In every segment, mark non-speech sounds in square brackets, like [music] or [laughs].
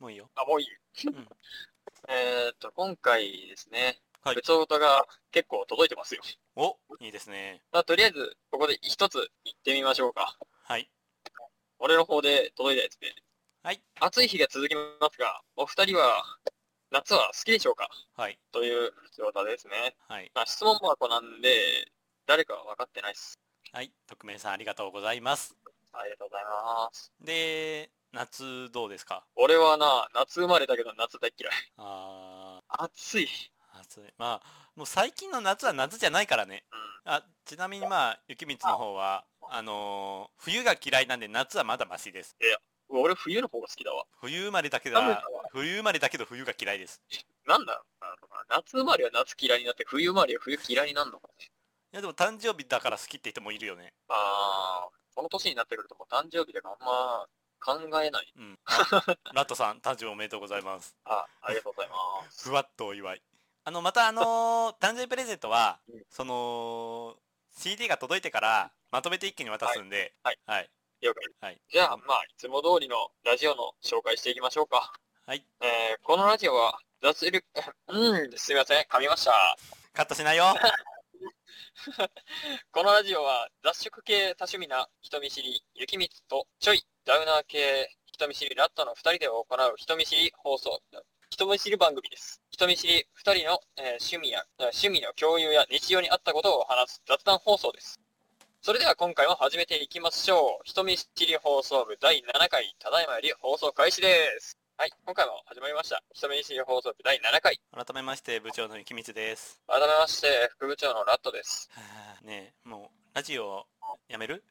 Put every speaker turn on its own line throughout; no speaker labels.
もういいよ。
あ、もういい。
うん
えーっと、今回ですね、
はい
別音が結構届いてますよ。
おいいですね。
まあ、とりあえず、ここで一つ行ってみましょうか。
はい。
俺の方で届いたやつで。
はい。
暑い日が続きますが、お二人は、夏は好きでしょうか
はい。
という状態ですね。
はい。
まあ、質問箱なんで、誰かは分かってないっす。
はい。匿名さんありがとうございます。
ありがとうございます。
で、夏どうですか
俺はな、夏生まれだけど夏大嫌い。
あ
暑い。
ー、暑い。まあ、もう最近の夏は夏じゃないからね。
うん。
あ、ちなみにまあ、雪道の方は、あのー冬が嫌いなんで夏はまだマシです。
うわ俺冬の方が好きだわ。
冬生まれだけど
寒いの、は
冬生まれだけど冬が嫌いです。
なんだろうな。夏生まれは夏嫌いになって、冬生まれは冬嫌いになるのかね。
いやでも誕生日だから好きって人もいるよね。
あー、この年になってくるともう誕生日だからあんま考えない。
うん。あラットさん、誕生日おめでとうございます。
あ、ありがとうございます。
[laughs] ふわっとお祝い。あの、またあ
[laughs]
のー誕生日プレゼントは
うん、
その、CD が届いてから、まとめて一気に渡すんで、
はい
はい。
了解。
はい。
じゃあ、まあ、いつも通りのラジオの紹介していきましょうか。
はい。
えー、このラジオは、雑力、 [coughs] うん、すみません、噛みました。
カットしないよ。
このラジオは、雑食系多趣味な人見知り、雪光と、ちょい、ダウナー系人見知り、ラットの二人で行う人見知り放送、人見知り番組です。人見知り二人の、えー趣味や、えー趣味の共有や日常にあったことを話す雑談放送です。それでは今回も始めていきましょう。人見知り放送部第7回、ただいまより放送開始です。はい、今回も始まりました。人見知り放送部第7回。
改めまして、部長の雪光です。
改めまして、副部長のラットです。
はあねえ、もう、ラジオ、やめる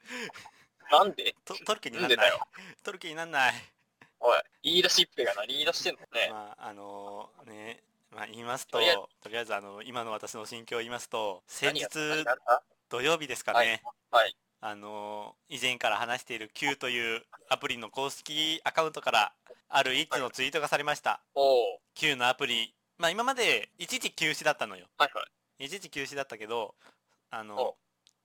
なんで
とトルキに
な
なんんな
で
い
だよ。
トルキになんない。
おい、言い出しっぺが何言い出してんのね。
まあ、あのーね、まあ、言いますと、
とりあえず
とりあえず、あの、今の私の心境を言いますと、先
何
日
が、何があった
土曜日ですかね、
はいはい。
あのー以前から話している Q というアプリの公式アカウントからある一通のツイートがされました、
おう
Q のアプリまあ今まで一時休止だったのよ
はいはい。
一時休止だったけどあの
お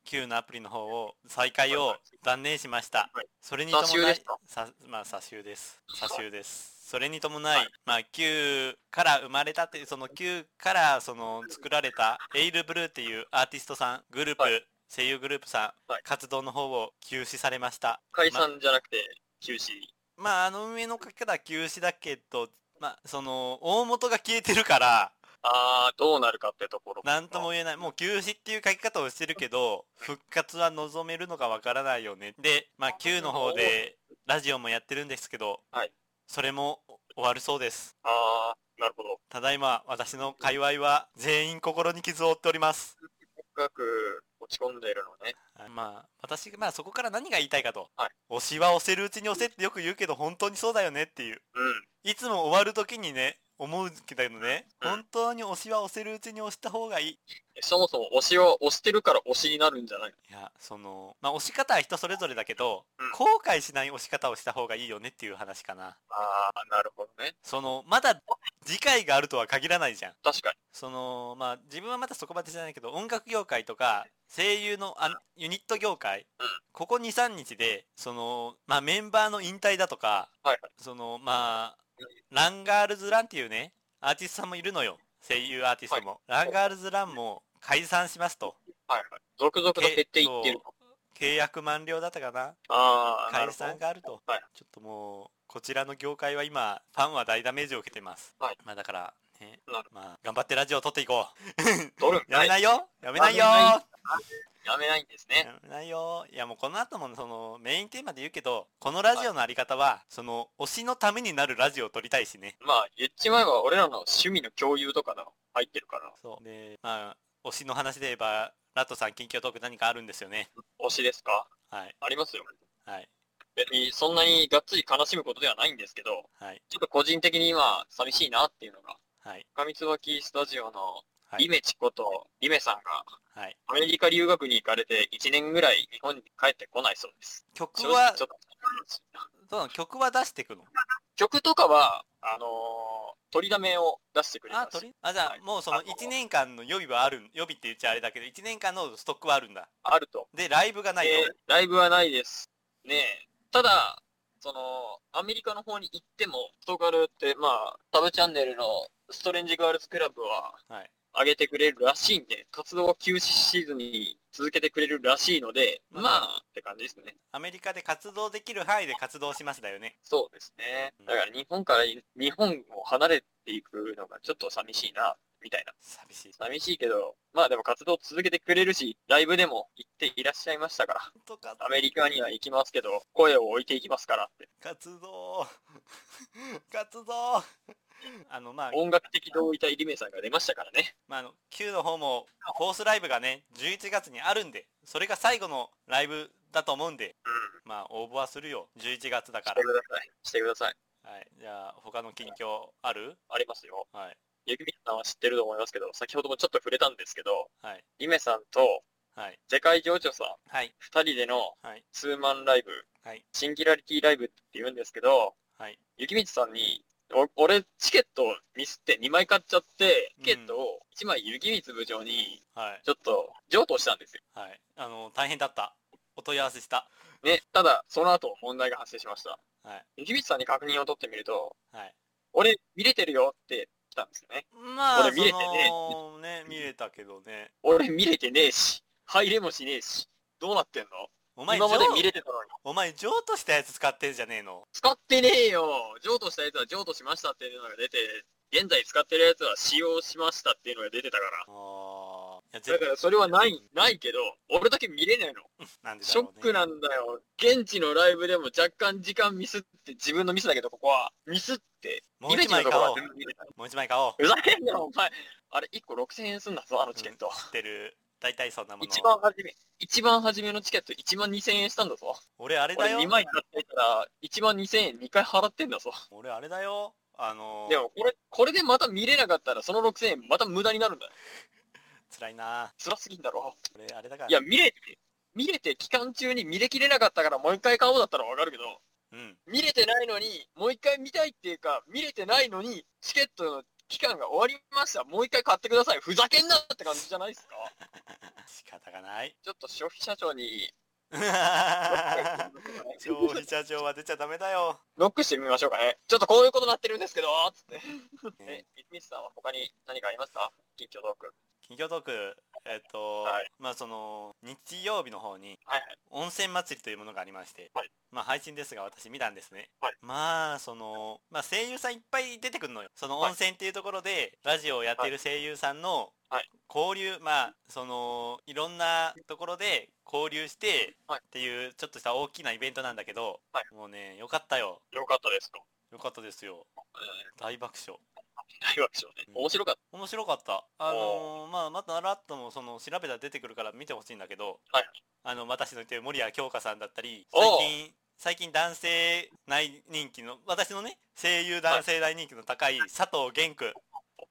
Q のアプリの方を再開を断念しました、
はい
それに伴
差し入れ
い
ですか
さまあ差し入れです差し入れですそれに伴い、
はい
まあ Q から生まれたっていうその Q からその作られたエイルブルーっていうアーティストさんグループ、
はい
声優グループさん、
はい
活動の方を休止されました
解散じゃなくて、休止。
まああの運営の書き方は休止だけどまあその大元が消えてるから
あー、どうなるかってところ。
なんとも言えない。もう休止っていう書き方をしてるけど、復活は望めるのかわからないよね。で、まあ Q の方でラジオもやってるんですけど、
はい
それも終わるそうです。
あー、なるほど。
ただいま、私の界隈は全員心に傷を負っております。
深く落ち込んでるのね。
まあ、私、まあそこから何が言いたいかと。
はい
押しは押せるうちに押せってよく言うけど、本当にそうだよねっていう。
うん。
いつも終わる時にね、思うけどね、
うん
本当に押しは押せるうちに押した方がいい。
そもそも推しを推してるから推しになるんじゃない
いや、その、まあ、押し方は人それぞれだけど、
うん
後悔しない押し方をした方がいいよねっていう話かな。
あー、なるほどね。
その、まだ次回があるとは限らないじゃん。
確かに。
その、まあ、自分はまだそこまでじゃないけど、音楽業界とか、声優のあユニット業界、
うん
ここ2、3日で、その、まあ、メンバーの引退だとか、
はいはい。
その、まあ、ランガールズランっていうね、アーティストさんもいるのよ。声優アーティストも。ランガールズランも解散しますと。
はいはい。続々と減っていってるの。
契約満了だったかな
あー、
解
なるほど
散。があると、
はい
ちょっともうこちらの業界は今ファンは大ダメージを受けてます、
はい
まあだからね
なる
まあ頑張ってラジオを撮っていこ
取るん
うやめ
い。
ないよやめないよ
やめやめないんですね。
[laughs] やめないよいやもうこの後もそのメインテーマで言うけどこのラジオのあり方は、その推しのためになるラジオを撮りたいしね
まあ、言っちまえば俺らの趣味の共有とかの入ってるから、
そうでまあ推しの話で言えばラットさん近況トーク何かあるんですよね
推しですか
はい
ありますよ。
はい
別にそんなにがっつり悲しむことではないんですけど、
はい
ちょっと個人的に今、寂しいなっていうのが、
はい
上椿スタジオの
はい
リメチことリメさんが、
はい
アメリカ留学に行かれて1年ぐらい日本に帰ってこないそうです。
曲
正
は
直ちょっと
そうなの曲は出していくの
曲とかは、あのー取りだめを出してくれた
あ
ん、です
鳥あ、じゃ
は
あ、
い
もうその
あの
1年間の予備はある、予備って言っちゃあれだけど、1年間のストックはあるんだ。
あると。
で、ライブがない
で
と。
ライブはないです。ねえ。ただ、その、アメリカの方に行っても、ポルトガルって、まあ、サブチャンネルのストレンジガールズクラブは、
はい
上げてくれるらしいんで、活動を休止シーズンに続けてくれるらしいので、
まあ
まあ、って感じですね。
アメリカで活動できる範囲で活動しますだよね。
そうですね。だから日本から、日本を離れていくのがちょっと寂しいな、みたいな。
寂しい。
寂しいけど、まあでも活動を続けてくれるし、ライブでも行っていらっしゃいましたから。
とか
アメリカには行きますけど、声を置いていきますからって。
活動 [laughs] 活動あのまあ、
音楽的同意体リメさんが出ましたからね。
まあ、あの Q の方もフォースライブがね11月にあるんでそれが最後のライブだと思うんで
うん。
まあ応募はするよ11月だ
し
か
てください。してください。
らはいじゃあ他の近況ある
ありますよ。
はい
ゆきみさんは知ってると思いますけど、先ほどもちょっと触れたんですけど、
はい
リメさんと
はい
世界情緒さん、
はい
二人での
はい
ツーマンライブ、
はい
シンギュラリティライブって言うんですけど、
はい
ゆきみつさんに、お俺、チケットをミスって2枚買っちゃって、チケットを1枚ゆきみつ部長に、
はい
ちょっと譲渡したんですよ。
はいあの大変だったお問い合わせした
ね、ただ、その後問題が発生しました。
はい
ゆきみつさんに確認を取ってみると、
はい
俺、見れてるよって来たんですよね。
まあ
これ見れてね
そのね見れたけどね
俺、見れてねえし、入れもしねえし、どうなってんの
お前
今まで見
譲
れてたのに。
お前譲渡したやつ使ってんじゃねえの
使ってねえよ譲渡したやつは譲渡しましたっていうのが出て、現在使ってるやつは使用しましたっていうのが出てたから。
ああいや
だからそれはない、ないけど、俺だけ見れないの。
なんでだ
ショ
ろうね
ックなんだよ。現地のライブでも若干時間ミスって、自分のミスだけどここは、ミスって、
もう
イメー
一
ジの
枚
と
買
ころ
お
は
う
全部見れた
もう一枚買おう
ふざけんなよ、お前。あれ、1個6000円すんだぞ、あのチケット。
知ってる大体そんなもの
一番初め、一番初めのチケット1万2000円したんだぞ。
俺あれだ
俺
よ
2枚買ってたら、1万2000円2回払ってんだぞ。
俺あれだよあの
でもこれ、これでまた見れなかったら、その6000円また無駄になるんだ。
辛いな
辛すぎんだろ。
俺あれだから
いや、見れて、見れて期間中に見れきれなかったからもう一回買おうだったらわかるけど、
うん
見れてないのに、もう一回見たいっていうか、見れてないのに、チケットの期間が終わりました。もう一回買ってください。ふざけんなって感じじゃないですか
仕方が
[laughs]
ない
ちょっと消費者庁に、
[laughs] 消費者庁は出ちゃダメだよ、
ノックしてみましょうかね。ちょっとこういうことなってるんですけど、つって。え
ね、
三つさんは他に何かありますか近況トーク。
企業トークえっと、
はい
まあその日曜日の方に
はい
温泉祭りというものがありまして、
はい
まあ配信ですが私見たんですね、
はい
まあその、まあ、声優さんいっぱい出てくるのよその温泉っていうところでラジオをやっている声優さんの
はい
交流、まあそのいろんなところで交流して
はい
っていうちょっとした大きなイベントなんだけど、
は
もうねよかったよ
よかったですか
よかったですよ大爆笑
大爆笑ね。面白かっ
面白かったあのーまあまたラットもその調べたら出てくるから見てほしいんだけど、
はい
あの私の言ってる森谷京香さんだったり
おう
最近最近男性大人気の私のね声優男性大人気の高い佐藤元君、
た。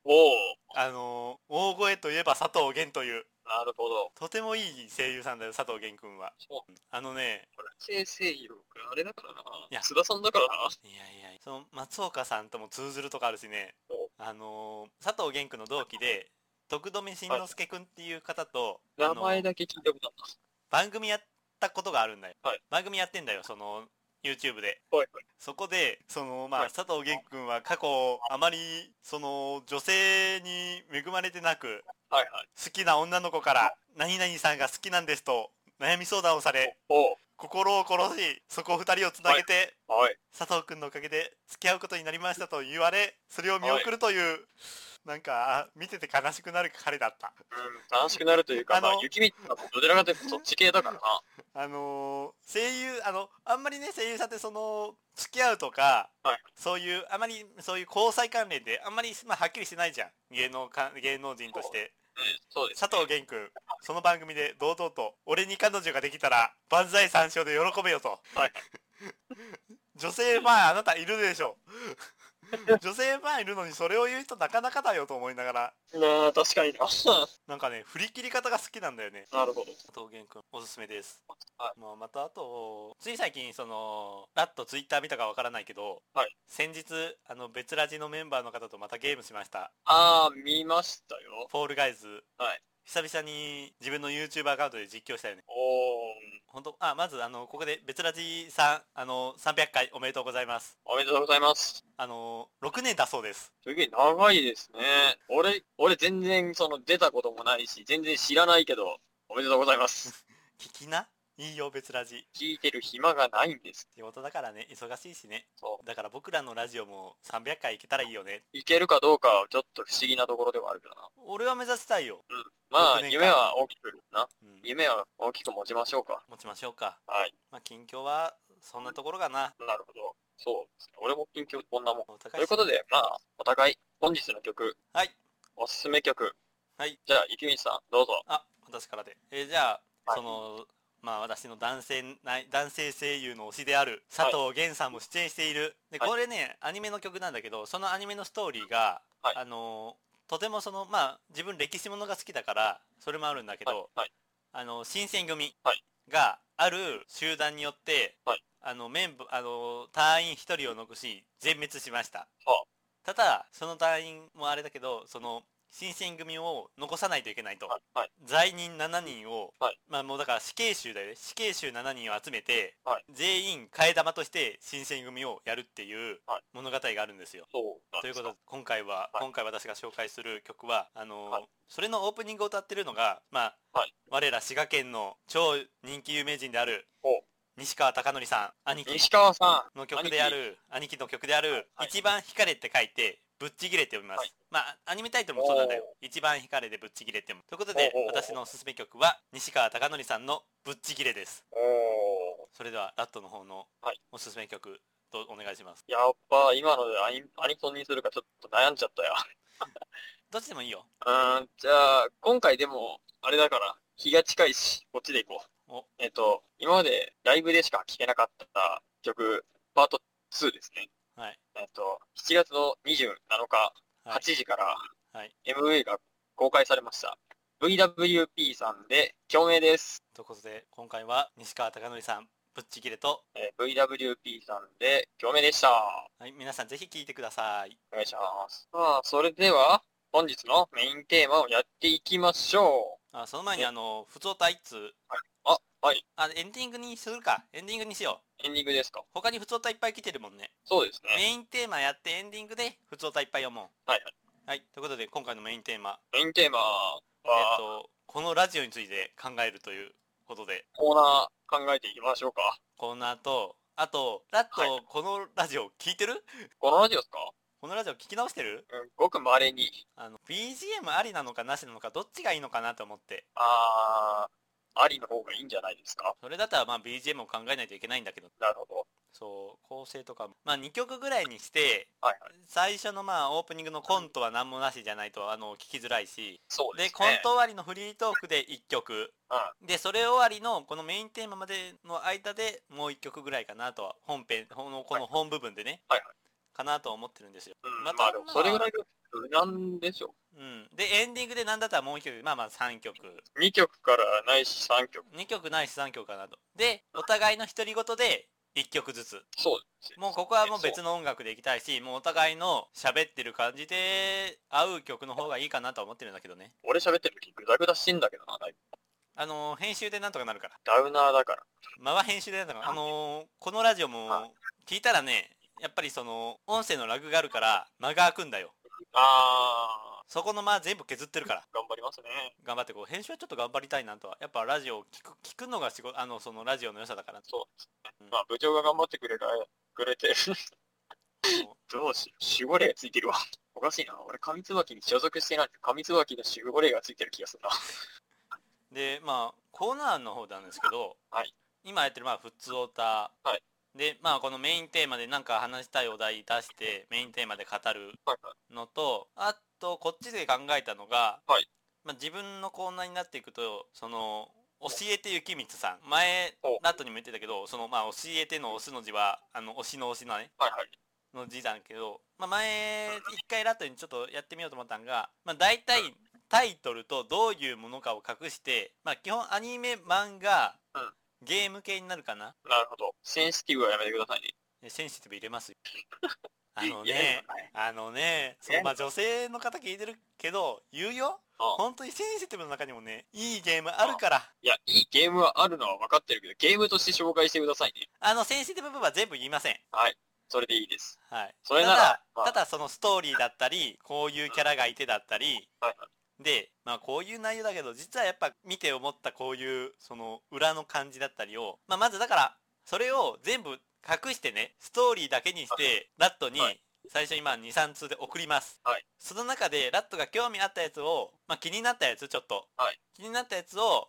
おお。
あのー大声といえば佐藤元という
なるほど。
とてもいい声優さんだよ佐藤元君は
そう
あのね
これ、声優があれだからな。
いや
須田さんだからな。
いやいやその松岡さんとも通ずるとかあるしねあのー佐藤元君の同期で徳留慎之介君っていう方と、あ
名
の
前だけ聞いたことある
番組やったことがあるんだよ、
はい
番組やってんだよその YouTube で
な。はいはい。
そこでそのまあ、
はい
佐藤元君は過去あまりその女性に恵まれてなく
はいはい。
好きな女の子から「何々さんが好きなんです」と悩み相談をされ
お
心を殺しそこを2人をつなげて、
お。はい。
佐藤君のおかげで付き合うことになりましたと言われそれを見送るという、なんか見てて悲しくなる彼だった
うん、楽しくなるというか、
あの
まあ、雪見さんもどちらかというとそっち系だからな。
あのー声優あのあんまりね声優さんってその付き合うとか、
はい
そういうあまりそういう交際関連であんまり、まあ、はっきりしてないじゃん芸能か芸能人として
そうです。
佐藤元君その番組で堂々と「俺に彼女ができたら万歳三唱で喜べよと」
はい
女性ファンあなたいるでしょ女性ファンいるのにそれを言う人なかなかだよと思いながら
なあ、確かにな。 [laughs]
なんかね振り切り方が好きなんだよね
なるほど。
佐藤元君おすすめです、
は
まあ、またあとつい最近そのラッとツイッター見たかわからないけど、
はい
先日あの別ラジのメンバーの方とまたゲームしました
ああ、見ましたよ。
フォールガイズ、
はい
久々に自分の YouTube アカウントで実況したよね
おお。
本当あ、まず、あの、ここで別ラジさん、あの、300回おめでとうございます。
おめでとうございます。
あの、6年だそうです。
すげえ長いですね。俺、俺全然その出たこともないし、全然知らないけど、おめでとうございます。
聞きないいよ、別ラジ。っ
聞いてる暇がないんです。
てことだからね、忙しいしね。
そ
だから僕らのラジオも300回いけたらいいよね。
いけるかどうかはちょっと不思議なところではあるけどな。
俺は目指したいよ。
ま
6
あ、
年間
夢は大きくな。
うん。
夢は大きく持ちましょうか。
持ちましょうか。
はい。
まあ、近況は、そんなところかな。
なるほど。そうですね。俺も近況こんなもん。
お
と
互
いう
い
ことで、まあ、お互い、本日の曲、
はい。
おすすめ曲。
はい。
じゃあ、雪道さん、どうぞ。
あ、私からで。えーじゃあ、
はい
その、まあ私の男性ない、男性声優の推しである佐藤源さんも出演している。で、
はい
これね、アニメの曲なんだけど、そのアニメのストーリーが、
はい
あのー、とてもその、まあ自分歴史ものが好きだから、それもあるんだけど、
はい。はい。
あの、新選組
はい
がある集団によって、
はい
あの、メンバーあの、隊員一人を残し、全滅しました。
は
ただ、その隊員もあれだけど、その、新選組を残さないといけないと。
はい。はい。
罪人7人を、
はい
まあもうだから死刑囚だよね死刑囚7人を集めて、
はい
全員替え玉として新選組をやるっていう
はい
物語があるんですよ。
そうなん
とい
で
う
す
こ
か
とで今回は、
はい
今回私が紹介する曲はあのー
はい
それのオープニングを歌ってるのが、まあ
はい
我ら滋賀県の超人気有名人である
ほう
西川貴教さん兄貴
西川さん。
の曲である兄貴の曲である、
はい
一番惹かれって書いてぶっちぎれって読みます、
はい
まあアニメタイトルもそうなんだよ一番惹かれでぶっちぎれって読むということで
おうおうおう
私のおすすめ曲は西川貴教さんのぶっちぎれです
おー。
それではラットの方の
はい
おすすめ曲とお願いします、
やっぱ、今のでアニアニソンにするかちょっと悩んじゃったよ。
どっちでもいいよ
うーん、じゃあ、今回でも、あれだから、日が近いし、こっちで行
お
こう。えっと、今までライブでしか聴けなかった曲、パート2ですね。
はい
えっと、7月の27日、
はい
8時から、
はい
MV が公開されました。VWP さんで、共鳴です。
ということで今回は西川貴教さんぶっちぎれと、
えー VWP さんで、共鳴でした。
はい、皆さんぜひ聴いてください
お願いします。さあ、それでは、本日のメインテーマをやっていきましょう。
あその前に
え
あの普通歌一通
あ、はい。
あエンディングにするかエンディングにしよう
エンディングですか
他に普通歌いっぱい来てるもんね
そうですね。
メインテーマやってエンディングで普通歌いっぱい読もう。
はい。
はい。ということで、今回のメインテーマ、
メインテーマは、
えっと、このラジオについて考えるということで、
コーナー考えていきましょうか。
コーナーと、あと、ラット、
は
このラジオ聞いてる
このラジオですか
このラジオ聞き直してる
うん、ごく稀に。
あの、BGM ありなのかなしなのか、どっちがいいのかなと思って。
あー、ありの方がいいんじゃないですか
それだったら、まあ、BGM を考えないといけないんだけど、
なるほど。
そう、構成とかも、まあ、2曲ぐらいにして、
はいはい。
最初のまあ、オープニングのコントは何もなしじゃないと、あの、聞きづらいし、
そうで
で、
すね。
コント終わりのフリートークで1曲。で、それ終わりのこのメインテーマまでの間でもう1曲ぐらいかなとは、本編、このこの本部分でね、
はいは
かなとは思ってるんですよ。
うん、
また
まあでも、それぐらいが無難でしょ
うん。で、エンディングで何だったらもう1曲、まあまあ3曲。
う。2曲からないし3曲。
2曲ないし3曲かなと。で、お互いの独り言で1曲ずつ。
そうですね。
もうここはもう別の音楽でいきたいし、もうお互いの喋ってる感じで合う曲の方がいいかなとは思ってるんだけどね。
俺喋ってる時グダグダしてんだけどな、だいぶ
あのー編集でなんとかなるから。
ダウナーだから。
まあ編集でやったのかなあのーこのラジオ
は
も聞いたらねやっぱりその音声のラグがあるから間が空くんだよ
あ
そこの間全部削ってるから
ー、頑張りますね。
頑張ってこう編集はちょっと頑張りたいなとはやっぱラジオを聞く聞くのが仕事あのそのラジオの良さだから
そうです
うん。
ねまあ部長が頑張ってくれる、くれて。 [laughs] どうしよう。守護霊ついてるわ。おかしいな。俺、神椿に所属してない。神椿の守護霊がついてる気がするな。 [laughs]
でまあコーナーの方なんですけど、
はい
今やってるまあ普通オタ、
は
でまあこのメインテーマでなんか話したいお題出してメインテーマで語る
はいはい。
のとあとこっちで考えたのが、
はい
まあ、自分のコーナーになっていくとその教えて雪光さん前
お
ラットにも言ってたけどそのまあ教えての「推す」の字はあの推しの推しのね
はいはい。
の字だけど、まあ、前一回ラットにちょっとやってみようと思ったんが、まあ、大体タイトルとどういうものかを隠して、まあ、基本アニメ漫画、
うん
ゲーム系になるかな
なるほど。センシティブはやめてくださいね。 [laughs]
えセンシティブ入れますよあの
言え
ね
るのかい
あのねその
言えんの
まあ女性の方聞いてるけど言うよ
うん
本当にセンシティブの中にもねいいゲームあるから
いや、いいゲームはあるのは分かってるけど、ゲームとして紹介してくださいね。
あのセンシティブ部分は全部言いません
それでいいです。
はい
それなら
ただ,、
まあ
ただそのストーリーだったりこういうキャラがいてだったり
はい
で、まあ、こういう内容だけど実はやっぱ見て思ったこういうその裏の感じだったりを、まあ、まずだからそれを全部隠してねストーリーだけにしてラットに
はい
最初今23通で送ります、
はい
その中でラットが興味あったやつを、まあ、気になったやつちょっと、
はい
気になったやつを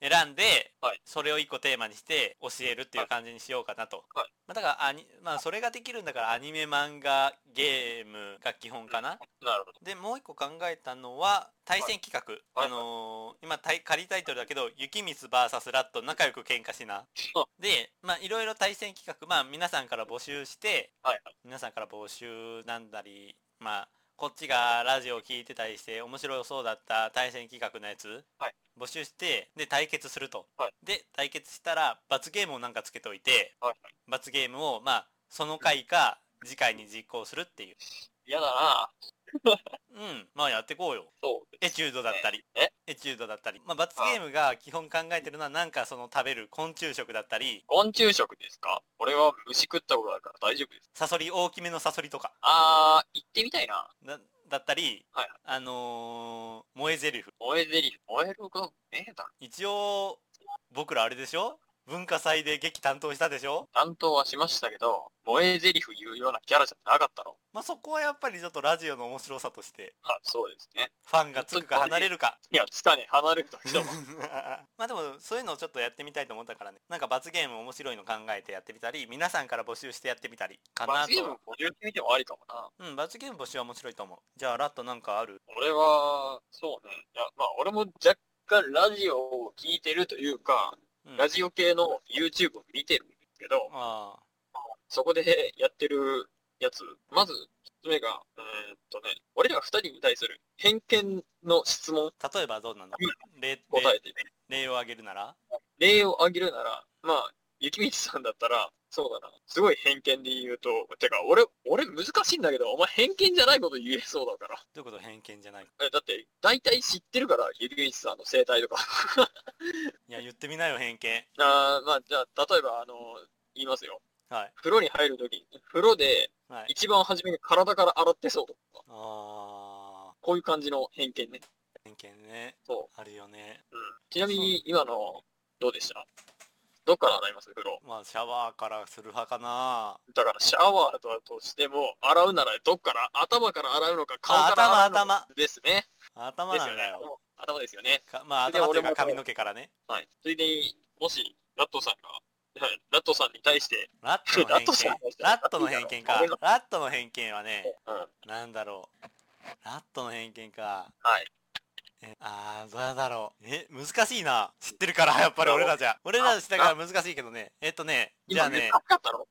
選んで、
はい
それを1個テーマにして教えるっていう感じにしようかなと、
はい
まあ、だからアニ、まあ、それができるんだからアニメ漫画ゲームが基本かな、
なるほど。
でもう一個考えたのは対戦企画、
はい
あのー今たい仮タイトルだけど「雪光 VS ラット仲良く喧嘩しな
あ」
でまあいろいろ対戦企画まあ皆さんから募集して
はいはい。
皆さんから募集なんだりまあこっちがラジオを聞いてたりして面白そうだった対戦企画のやつ、
はい
募集してで対決すると、
はい
で対決したら罰ゲームをなんかつけておいて
はいはい。
罰ゲームをまあその回か次回に実行するっていう
嫌だな
うんまあやってこうよ
そう。
エチュードだったり、
え
エチュードだったり、まあ、罰ゲームが基本考えてるのは、なんかその食べる昆虫食だったり、
昆虫食ですか俺は虫食ったことあるから大丈夫です。
サソリ、大きめのサソリとか、
あー、行ってみたいな。
だだったり、
はいは
あのー、萌えゼリフ。
燃えゼリフ。燃えることええだろ。
一応、僕らあれでしょ文化祭で劇担当したでしょ
担当はしましたけど、燃えゼリフ言うようなキャラじゃなかったの。
まあ、そこはやっぱりちょっとラジオの面白さとして、
あ、そうですね。
ファンがつくか離れるか。
いや、つかね、離れるときと [laughs] も。
[laughs] まあでもそういうのをちょっとやってみたいと思ったからねなんか罰ゲーム面白いの考えてやってみたり皆さんから募集してやってみたりかな
罰
と
ゲームを50てみてもありかもな。
うん、罰ゲーム募集は面白いと思う。じゃあ、ラットなんかある
俺は、そうね。いや、まあ、俺も若干ラジオを聞いてるというか、
うん。
ラジオ系の YouTube を見てるんですけど、
あ
そこでやってるやつ、まず、一つ目が、えーっとね、俺ら二人に対する偏見の質問
あ。例えばどうなの例、
答
例
えてね、
例を挙げるなら
例を挙げるなら、まあ、雪道さんだったら、そうだな、すごい偏見で言うと、てか、俺、俺難しいんだけど、お前偏見じゃないこと言えそうだから。
どういうこと偏見じゃない
えだって、大体知ってるから、雪道さんの生態とか。 [laughs]
いや、言ってみなよ、偏見。
あーまあ、じゃあ、例えば、あの、言いますよ。
はい。
風呂に入るとき、風呂で、
はい。
一番初めに体から洗ってそうとか、
あ
こういう感じの偏見ね。
ー、偏見ね。
そ
あるよね。
う。うん、ちなみに、今の、どうでしたどっから洗います風呂。
まあ、シャワーからする派かな。
だから、シャワーだとしても、洗うならどっから、頭から洗うのか、顔
あ
から洗うのか。
頭頭
ですね。
頭
で
な
す
ん
よ
だ
ね
よ。。
頭ですよね。
かまあ、
で
頭という
俺
か
も
髪の毛からね。
はい。ついでに、もし、ラットさんが、はいラットさんに対して、
ラットの
ラ
偏
ットさん
見。ラットの偏見か
俺の。
ラットの偏見はね、
うん、
なんだろう。ラットの偏見か。
はい。
えあー、どうだろう。え、難しいな。知ってるから、やっぱり俺らじゃ。俺らしたから難しいけどね。えっとね、じゃあ
今
ね
難、しかったの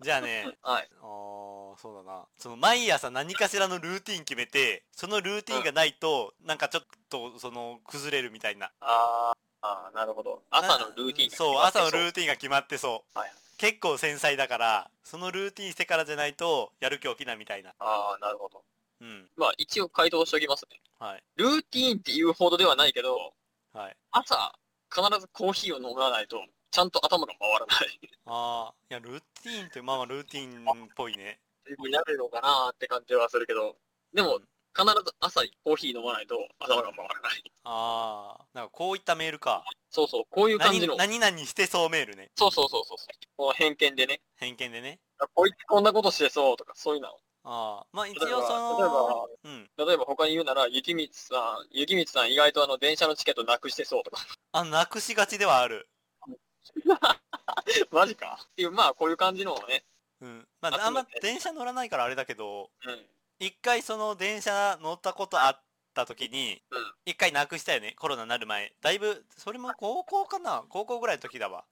じゃあね、
はい。
おー、そうだな。その、毎朝何かしらのルーティン決めて、そのルーティンがないと、なんかちょっと、その、崩れるみたいな。
あーあー、なるほど。朝のルーティンが決まって
そう、朝のルーティンが決まってそう。
はい
結構繊細だから、そのルーティンしてからじゃないと、やる気起きないみたいな。
ああ、なるほど。
うん。
まあ、一応回答しておきますね。
はい。
ルーティーンっていうほどではないけど、
はい。
朝、必ずコーヒーを飲まないと、ちゃんと頭が回らない。
あー、いや、ルーティーンって、まあまあ、ルーティーンっぽいね。
になるのかなーって感じはするけど、でも、必ず朝コーヒー飲まないと頭が回らない。
ああ、なんかこういったメールか。
そうそう、こういう感
何
じの。
何々してそうメールね。
そうそうそうそう。こう偏見でね。
偏見でね。
こいつこんなことしてそうとか、そういうの。
ああ、まあ一
例えば
応その、
例えば
うん。
例えば他に言うなら、雪光さん、雪光さん意外とあの電車のチケットなくしてそうとか。
あ、なくしがちではある。
[laughs] マジかっていう、まあこういう感じのをね。
うん。ま
あ
あ、あんま
そうね
電車乗らないからあれだけど、
うん。
一回その電車乗ったことあった時に
うん、
一回なくしたよね。コロナになる前。だいぶ、それも高校かな高校ぐらいの時だわ。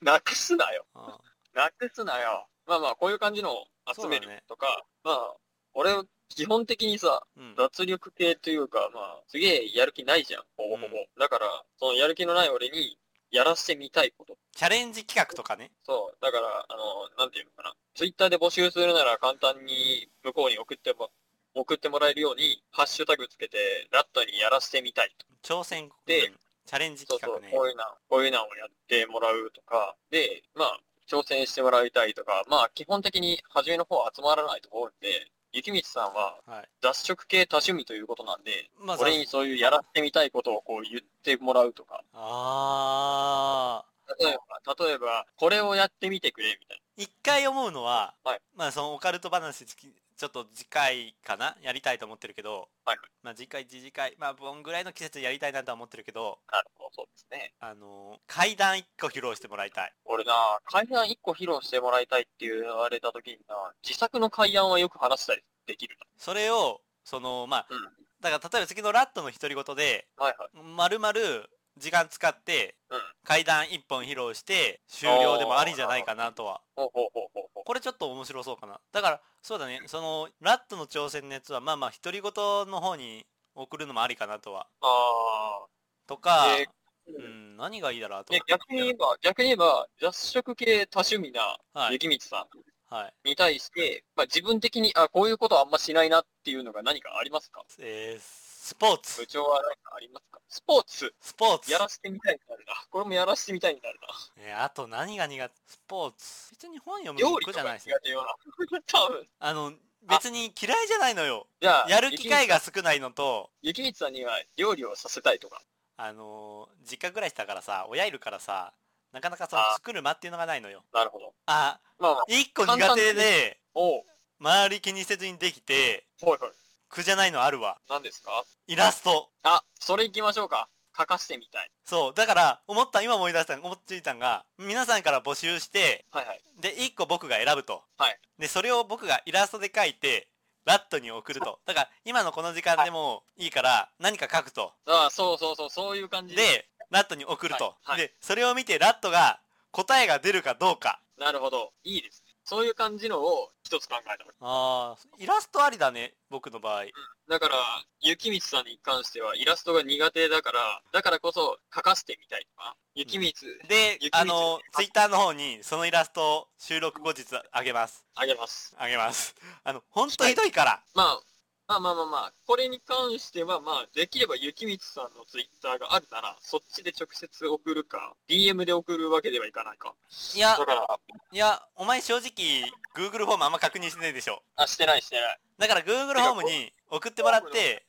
なくすなよ。
あ
なくすなよ。まあまあこういう感じのを集める
そうだね
とか、まあ、俺、基本的にさ、
ーうん。
脱力系というか、まあ、すげえやる気ないじゃん、ほぼほぼ。だから、そのやる気のない俺に、やらしてみたいこと。
チャレンジ企画とかね。
そう。だから、あの、なんていうのかな。ツイッターで募集するなら簡単に向こうに送っても、送ってもらえるように、ハッシュタグつけて、ラッタにやらしてみたいと。
挑戦。
で
うんチャレンジ
そう
企画
そう、
ね。
こういうな、こういうなをやってもらうとか、で、まあ、挑戦してもらいたいとか、まあ、基本的に初めの方は集まらないところで、雪道さんは
はい。
雑食系多趣味ということなんで、
まあさ
俺にそういうやらしてみたいことをこう言ってもらうとか、
あ
例えば、例えば、これをやってみてくれ、みたい
ー。一回思うのは、
はい
まあそのオカルト話、ちちょっと次回かなやりたいと思ってるけど、
はい
まあ次回、次次回、まあこんぐらいの季節やりたいなとは思ってるけど、
な。なるほど、そうですね。
あのー階段一個披露してもらいたい。
俺な、階段1個披露してもらいたいって言われた時にな、自作の階段はよく話したりできる
それを、その、まあ、
うん
だから例えば次のラットの独り言で、
な。はいはい。
まるまる時間使って、
うん
階段一本披露して終了でもありじゃないかなとは
ほうほうほうほうほう。
これちょっと面白そうかなだからそうだねそのラットの挑戦のやつはまあまあ独り言の方に送るのもありかなとは
あ
とか、
えー
うん何がいいだろうあと
で、逆に言えば、逆に言えば、雑食系多趣味な
はい
雪道さ
はい
んに対して、まあ自分的に、あ、こういうことあんましないなっていうのが何かありますか
えー、スポー
部
ツ
長は何かありますかスポーツ
スポーツ
やらしてみたいになるな。これもやらしてみたいになるな。
えーあと何が苦手スポーツ別に本読むの
料理
苦
と
じゃ
か
ない
苦
ですね
手よな。 [laughs] 多分。
あの別に嫌いじゃないのよ
じゃあ、
やる機会
が。
が少ないのと
雪光さんには料理をさせたいとか。
あのー実家暮らしだからさ親いるからさなかなかその
あー
作る間っていうのがないのよ
なるほど。
あ
まあまあ、
一個
簡
苦
単に
手で
おう。
周り気にせずにできて
ほいほい。
苦じゃないのあるわ
何ですか
イラスト
あ、それ行きましょうか。書かしてみたい。
そうだから思った今思い出した思っついたんが皆さんから募集して
はいはい。
で一個僕が選ぶと、
はい
でそれを僕がイラストで描いてラットに送るとだから今のこの時間でもいいから何か書くと
あそうそうそう、そういう感じ。
でラットに送ると、
はいはい
でそれを見てラットが答えが出るかどうか
なるほど。いいですね。そういう感じのを一つ考えた。
ああ、イラストありだね、僕の場合。
だから、雪光さんに関してはイラストが苦手だから、だからこそ書かせてみたいとか。雪光
で
雪道、
あの、ツイッターの方に、そのイラストを収録後日あげます。
あげます。
あげます。あの、ほんとひどいから。
まあ、まあまあまあまあ、これに関してはまあ、できれば雪光さんのツイッターがあるなら、そっちで直接送るか、DM で送るわけではいかないか。
いや
だ、から、
いや、お前正直、Google フォームあんま確認してないでしょ。
あ、してないしてない。
だから Google フォームに送ってもらって、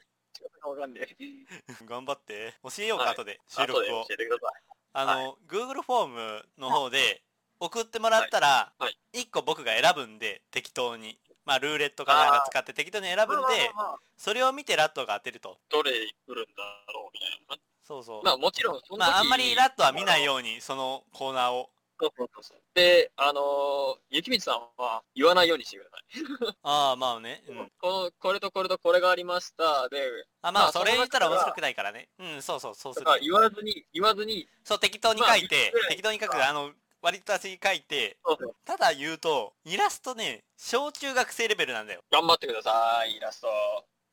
わかんねえ。
頑張って、教えようか、
はい
後で、収録
後で教
を。
えてください。
あの、Google フォームの方で、送ってもらったら
はいは、
1個僕が選ぶんで、適当に。まあ、ルーレットかなんか使って適当に選ぶんで、
まあまあまあ
それを見てラットが当てると。
どれ来るんだろうみたいな。
そうそう。
まあもちろん、その時
まあ、あんまりラットは見ないように、そのコーナーを。
そうそうそうそうで、あのー、雪光さんは言わないようにしてください。
ああ、まあね。うん。
このこれとこれとこれがありました。で、
あま
ま
あ、
あ
それ言ったら
その
面
中から
白くないからね。うん、そうそう、そうす
だ
る
か。ら言わずに、言わずに、
そう、適当に書いて
まあ、
適当に書く、あの、割と私書いて、
そうそう
ただ言うと、イラストね、小中学生レベルなんだよ。
頑張ってください、イラスト。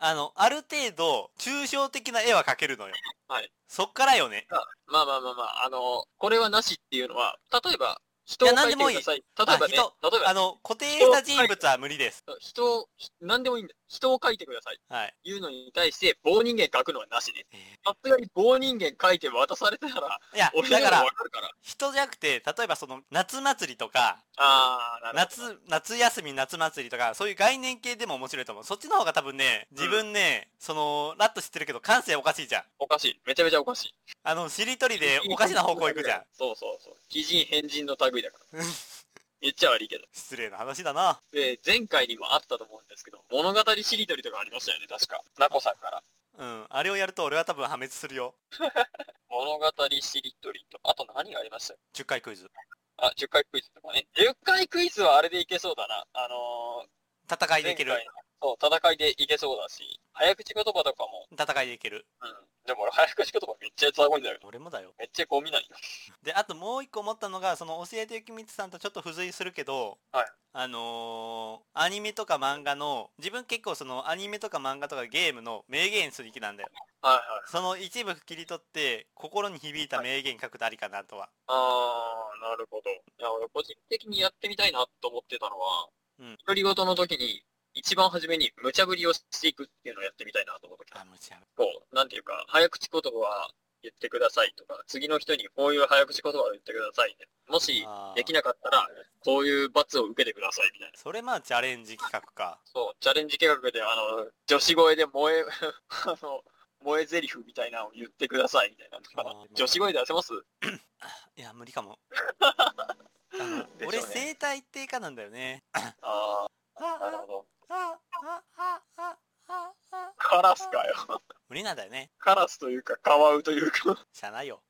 あの、ある程度、抽象的な絵は描けるのよ。
はい。
そっからよね。
まあまあまあまあ、あのー、これはなしっていうのは、例えば、人を
や
描いてください。例えばね、
あ
例えば
あの、固定した人物は無理です。
人を、ひ何でもいいんだ。人を描いてください。
はい。
いうのに対して、棒人間描くのはなしね。
えー
さすがに棒人間描いて渡された
[laughs]
ら、
いや、
俺
だ
で
か
も
ら
わ、かるから。
人じゃなくて、例えばその、夏祭りとか、
あー、なるほど。
夏、夏休み、夏祭りとか、そういう概念系でも面白いと思う。そっちの方が多分ね、自分ね、その、ラット知ってるけど、感性おかしいじゃん。
おかしい。めちゃめちゃおかしい。
あの、しりとりでおかしな方向行
[laughs]
くじゃん。。
そうそうそう。擬人変人の類だから
うん。
言っちゃ悪いけど。
失礼な話だな。
で、前回にもあったと思うんですけど、物語しりとりとかありましたよね、確か。ナコさんから。
うん。あれをやると俺は多分破滅するよ。
物語しりとりと、あと何がありましたよ
10回クイズ。
あ、10回クイズとかね。10回クイズはあれでいけそうだな。あの
戦
ー、
いでいける
前。回のそう、戦いでいけそうだし、早口言葉とかも、
戦いでいける。
うん。でも俺早口言葉めっちゃ雑魚になる。
俺もだよ。
めっちゃゴミなんよ。
で、あともう一個思ったのが、その、教えてゆきみつさんとちょっと付随するけど、
はい
あのー、アニメとか漫画の、自分結構その、アニメとか漫画とかゲームの名言する気なんだよ。
はいはい。
その一部切り取って心に響いた名言書くとありかなとは。
あー、なるほど。いや、俺個人的にやってみたいなと思ってたのは、
うん
独り言の時に、一番初めに無茶ぶりをしていくっていうのをやってみたいなと思ってた。
あ、無茶ぶり
こう、なんていうか、早口言葉言ってくださいとか、次の人にこういう早口言葉を言ってください、ね。もし、
あー
できなかったら、こういう罰を受けてくださいみたいな。
それまあチャレンジ企画か。
そう、チャレンジ計画で、あの、女子声で萌え、 [laughs] あの、萌え台詞みたいなのを言ってくださいみたいなのと
あ
か
ー
女子声で出せます
いや、無理か
[laughs]
も。あの
でしょうね
俺、声帯低下なんだよね。
あ
あ
あ、なるほど。
あああああああ
カラスかよ。 [laughs]
無理なんだよね。
カラスというか、カワウというか、 [laughs]
しゃあないよ。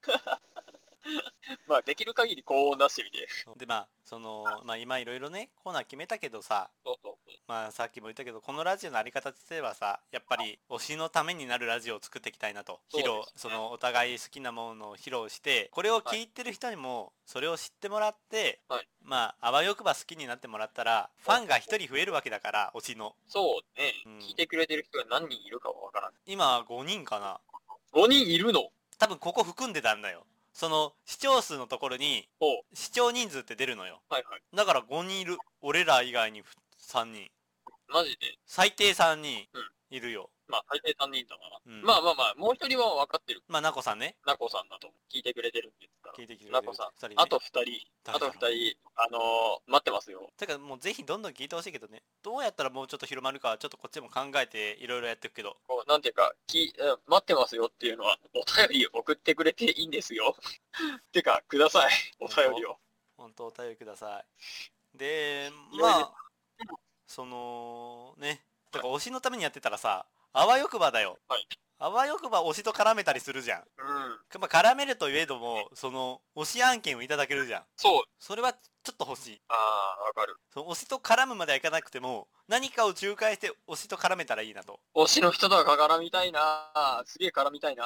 まあ、できる限り高音出してみて。
で、まあ、その、まあ今いろいろね、コーナー決めたけどさ、
そうそう。
まあさっきも言ったけど、このラジオのあり方としてはさ、やっぱり推しのためになるラジオを作っていきたいなと。
そう
披
です
露
ね、
そのお互い好きなものを披露して、これを聞いてる人にも、それを知ってもらって、
はい
まあ、あわよくば好きになってもらったら、ファンが一人増えるわけだから、推しの。
そうね、
うん
聞いてくれてる人が何人いるかはわからん。
今5人かな。
5人いるの
多分ここ含んでたんだよ。その、視聴数のところに、
お
視聴人数って出るのよ。
はいはい。
だから5人いる。俺ら以外に3人。
マジで。
最低3人
うん
いるよ。
まあ、最低3人だから。
うん
まあまあまあ、もう一人は分かってる。
まあ、なこさんね。
ナコさんだと。聞いてくれてるんですから。
聞いてきてくれ
ナ
て
コ
る
さん。
二人ね
あと2人、あ
誰だ
と
ろ
2
う
人、あのー、待ってますよ。
てかもうぜひどんどん聞いてほしいけどねどうやったらもうちょっと広まるかはちょっとこっちも考えていろいろやっていくけど
こう、なんていうか、き、うん待ってますよっていうのは、お便り送ってくれていいんで
[laughs]
すよ。てか、ください。お便りを。
本当お便りくださいで
いろいろ
まあそのねだから推しのためにやってたらさあわよくばだよ、
はい
あわよくば推しと絡めたりするじゃん
うん。
まあ絡めるといえどもその推し案件をいただけるじゃん
そう。
それはちょっと欲しい
ああ、わかる。
その推しと絡むまではいかなくても何かを仲介して推しと絡めたらいいなと
推しの人とは絡みたいなすげえ絡みたいな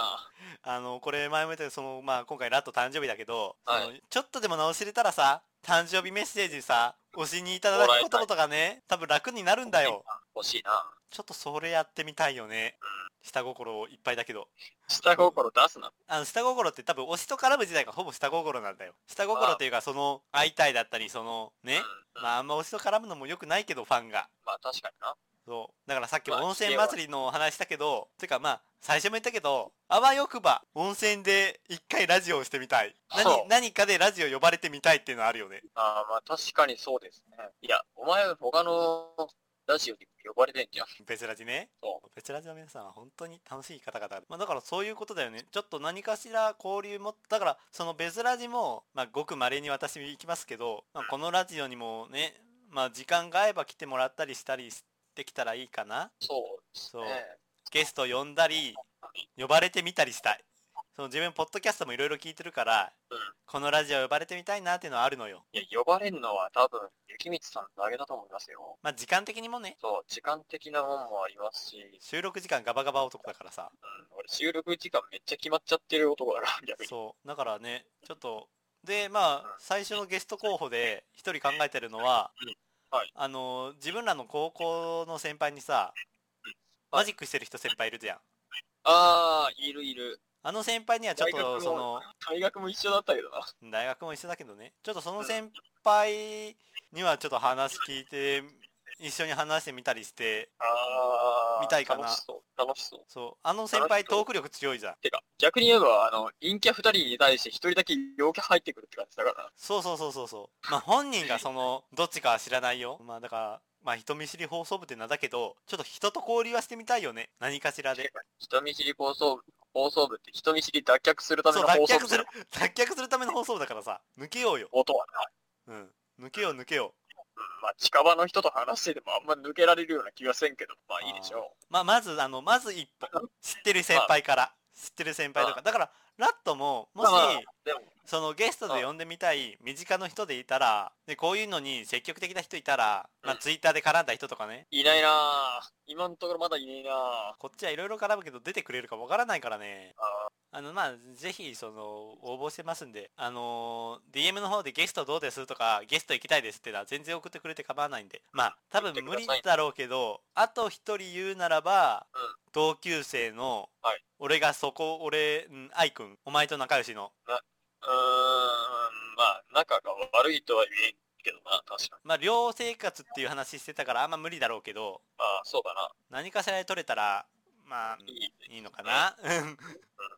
あの、これ前も言ったけど、その、まあ、今回ラット誕生日だけど、
はい
そのちょっとでも直しれたらさ、誕生日メッセージさ、推しにいただくこととかね、多分楽になるんだよ。
欲しいな
ちょっとそれやってみたいよね。下心をいっぱいだけど。
下心出すな。
あの、下心って多分推しと絡む自体がほぼ下心なんだよ。下心っていうか、その、会いたいだったり、その、
うん
ね。
うん
まあ、あんま推しと絡むのも良くないけど、ファンが。
まあ確かにな。
そう。だからさっきも
まあ
温泉祭りのお話したけど、てかまあ、最初も言ったけど、あわよくば、温泉で一回ラジオをしてみたい。
そう
何、何かでラジオ呼ばれてみたいっていうのはあるよね。
ああ、まあ確かにそうですね。いや、お前他のラジオに呼ばれてんじゃん。
ベチラジね。
そ
ベチラジの皆さんは本当に楽しい方々。まあだからそういうことだよね。ちょっと何かしら交流も、だからそのベチラジも、まあごく稀に私行きますけど、まあこのラジオにもね、まあ時間が合えば来てもらったりしたりできたらいいかな。
そうです
そう。
ね。
ゲスト呼んだり、呼ばれてみたりしたい。その自分、ポッドキャストもいろいろ聞いてるから、
うん
このラジオ呼ばれてみたいなっていうのはあるのよ。
いや、呼ばれるのは多分、雪光さんだけだと思いますよ。
まあ、時間的にもね、
そう、時間的なもんもありますし、うん、
収録時間ガバガバ男だからさ。
俺収録時間めっちゃ決まっちゃってる男だから、逆に。
そう。だからね、ちょっと、で、まあ、最初のゲスト候補で一人考えてるのは
うん、はい
あの、自分らの高校の先輩にさ、
はい
マジックしてる人先輩いるじゃん。
ああ、いるいる。
あの先輩にはちょっ
大学
と、
の
その、
大学も一緒だったけどな。
大学も一緒だけどねちょっとその先輩にはちょっと話聞いて一緒に話してみたりして
ああ、
見たいかな
楽しそう、楽しそう。
そうあの先輩
楽しそう
トーク力強いじゃん
てか、逆に言えば、あの、陰キャ二人に対して一人だけ陽キャ入ってくるって感じだから。
そうそうそうそうそうまあ本人がそのどっちかは知らないよまあだからまあ人見知り放送部って名だけどちょっと人と交流はしてみたいよね何かしらで
人見知り放送部、放送部って人見知り脱却するため
そう
の
脱
放送
却
部
す
だ
る
よ。
脱却するための放送部だからさ抜けようよ
音はな。
うん抜けよう抜けよう
うん、まあ、近場の人と話しててもあんま抜けられるような気がせんけど、まあいいでしょ
まあ、まず、あの、まず一歩。知ってる先輩から。知ってる先輩とか。だから、ラットも、もし
まあまあう。でも、
そのゲストで呼んでみたい身近の人でいたら、で、こういうのに積極的な人いたら、まあ、
うん
ツイッターで絡んだ人とかね、
いないなぁ。今のところまだいないなぁ。
こっちはいろいろ絡むけど出てくれるかわからないからね。
あ
あの、まあ、ぜひ、その、応募してますんで、あのー DM の方でゲストどうですとか、ゲスト行きたいですってのは全然送ってくれて構わないんで。まあ、多分
送って
無
くだ
理
さい
だろうけど、あと一人言うならば、
うん
同級生の、
はい
俺がそこ、俺、うん、愛くん、お前と仲良しの、
うーん、まあ、仲が悪いとは言えんけどな、確かに。
まあ、寮生活っていう話してたからあんま無理だろうけど、
まあ、そうだな。
何かしらで取れたら、まあ、
いい。
いいのかな [laughs] うん